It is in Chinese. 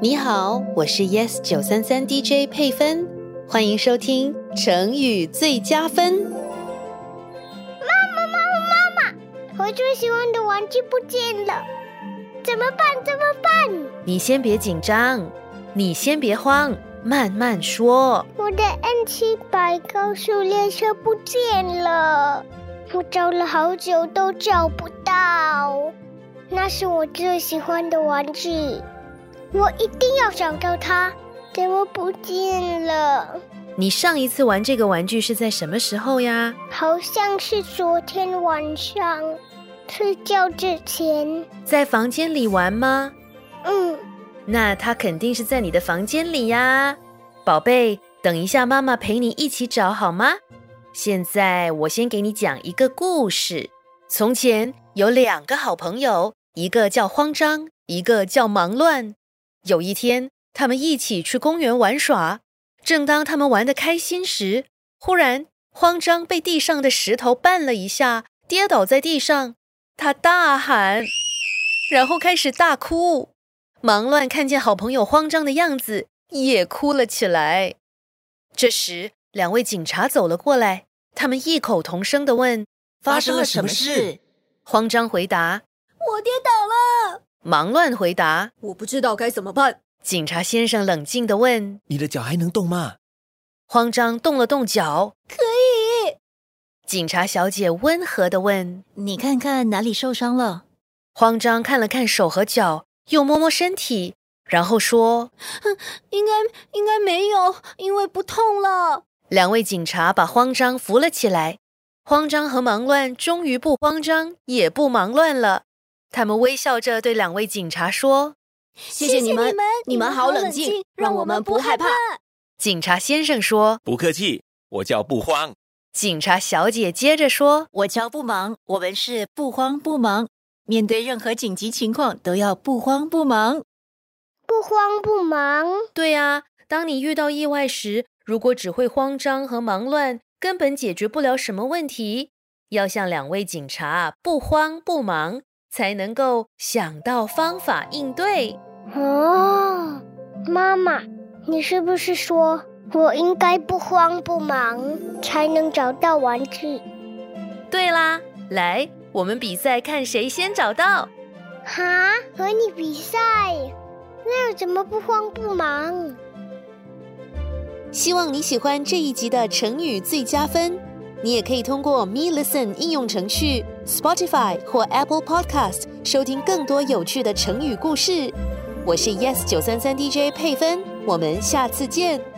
你好，我是 Yes 九三三 DJ 佩芬，欢迎收听成语最佳分。我最喜欢的玩具不见了，怎么办？怎么办？你先别紧张，你先别慌，慢慢说。我的 N 七百高速列车不见了，我找了好久都找不到。那是我最喜欢的玩具，我一定要找到它。怎么不见了？你上一次玩这个玩具是在什么时候呀？好像是昨天晚上睡觉之前。在房间里玩吗？嗯，那它肯定是在你的房间里呀。宝贝，等一下，妈妈陪你一起找好吗？现在我先给你讲一个故事。从前有两个好朋友，一个叫慌张，一个叫忙乱。有一天，他们一起去公园玩耍。正当他们玩得开心时，忽然慌张被地上的石头绊了一下，跌倒在地上。他大喊，然后开始大哭。忙乱看见好朋友慌张的样子，也哭了起来。这时，两位警察走了过来，他们异口同声地问：“发生了什么事？”慌张回答，我跌倒了，忙乱回答。我不知道该怎么办。警察先生冷静地问你的脚还能动吗？慌张动了动脚。可以，警察小姐温和地问你看看哪里受伤了？慌张，看了看手和脚，又摸摸身体，然后说应该应该没有，因为不痛了。：“两位警察把慌张扶了起来。”慌张和忙乱终于不慌张，也不忙乱了。他们微笑着对两位警察说谢谢你你们们，你们好冷静让我们不害怕。：“警察先生说。不客气，我叫不慌。”警察小姐接着说我叫不忙，我们是不慌不忙，面对任何紧急情况都要不慌不忙。不慌不忙。：“对啊，当你遇到意外时，如果只会慌张和忙乱，根本解决不了什么问题。要像两位警察不慌不忙，才能够想到方法应对。”哦，妈妈，你是不是说我应该不慌不忙才能找到玩具？对啦，来，我们比赛看谁先找到。哈，和你比赛，那又怎么不慌不忙？希望你喜欢这一集的成语最佳分。你也可以通过 Me Listen 应用程序、Spotify 或 Apple Podcast 收听更多有趣的成语故事。我是 Yes 九三三 DJ 佩芬，我们下次见。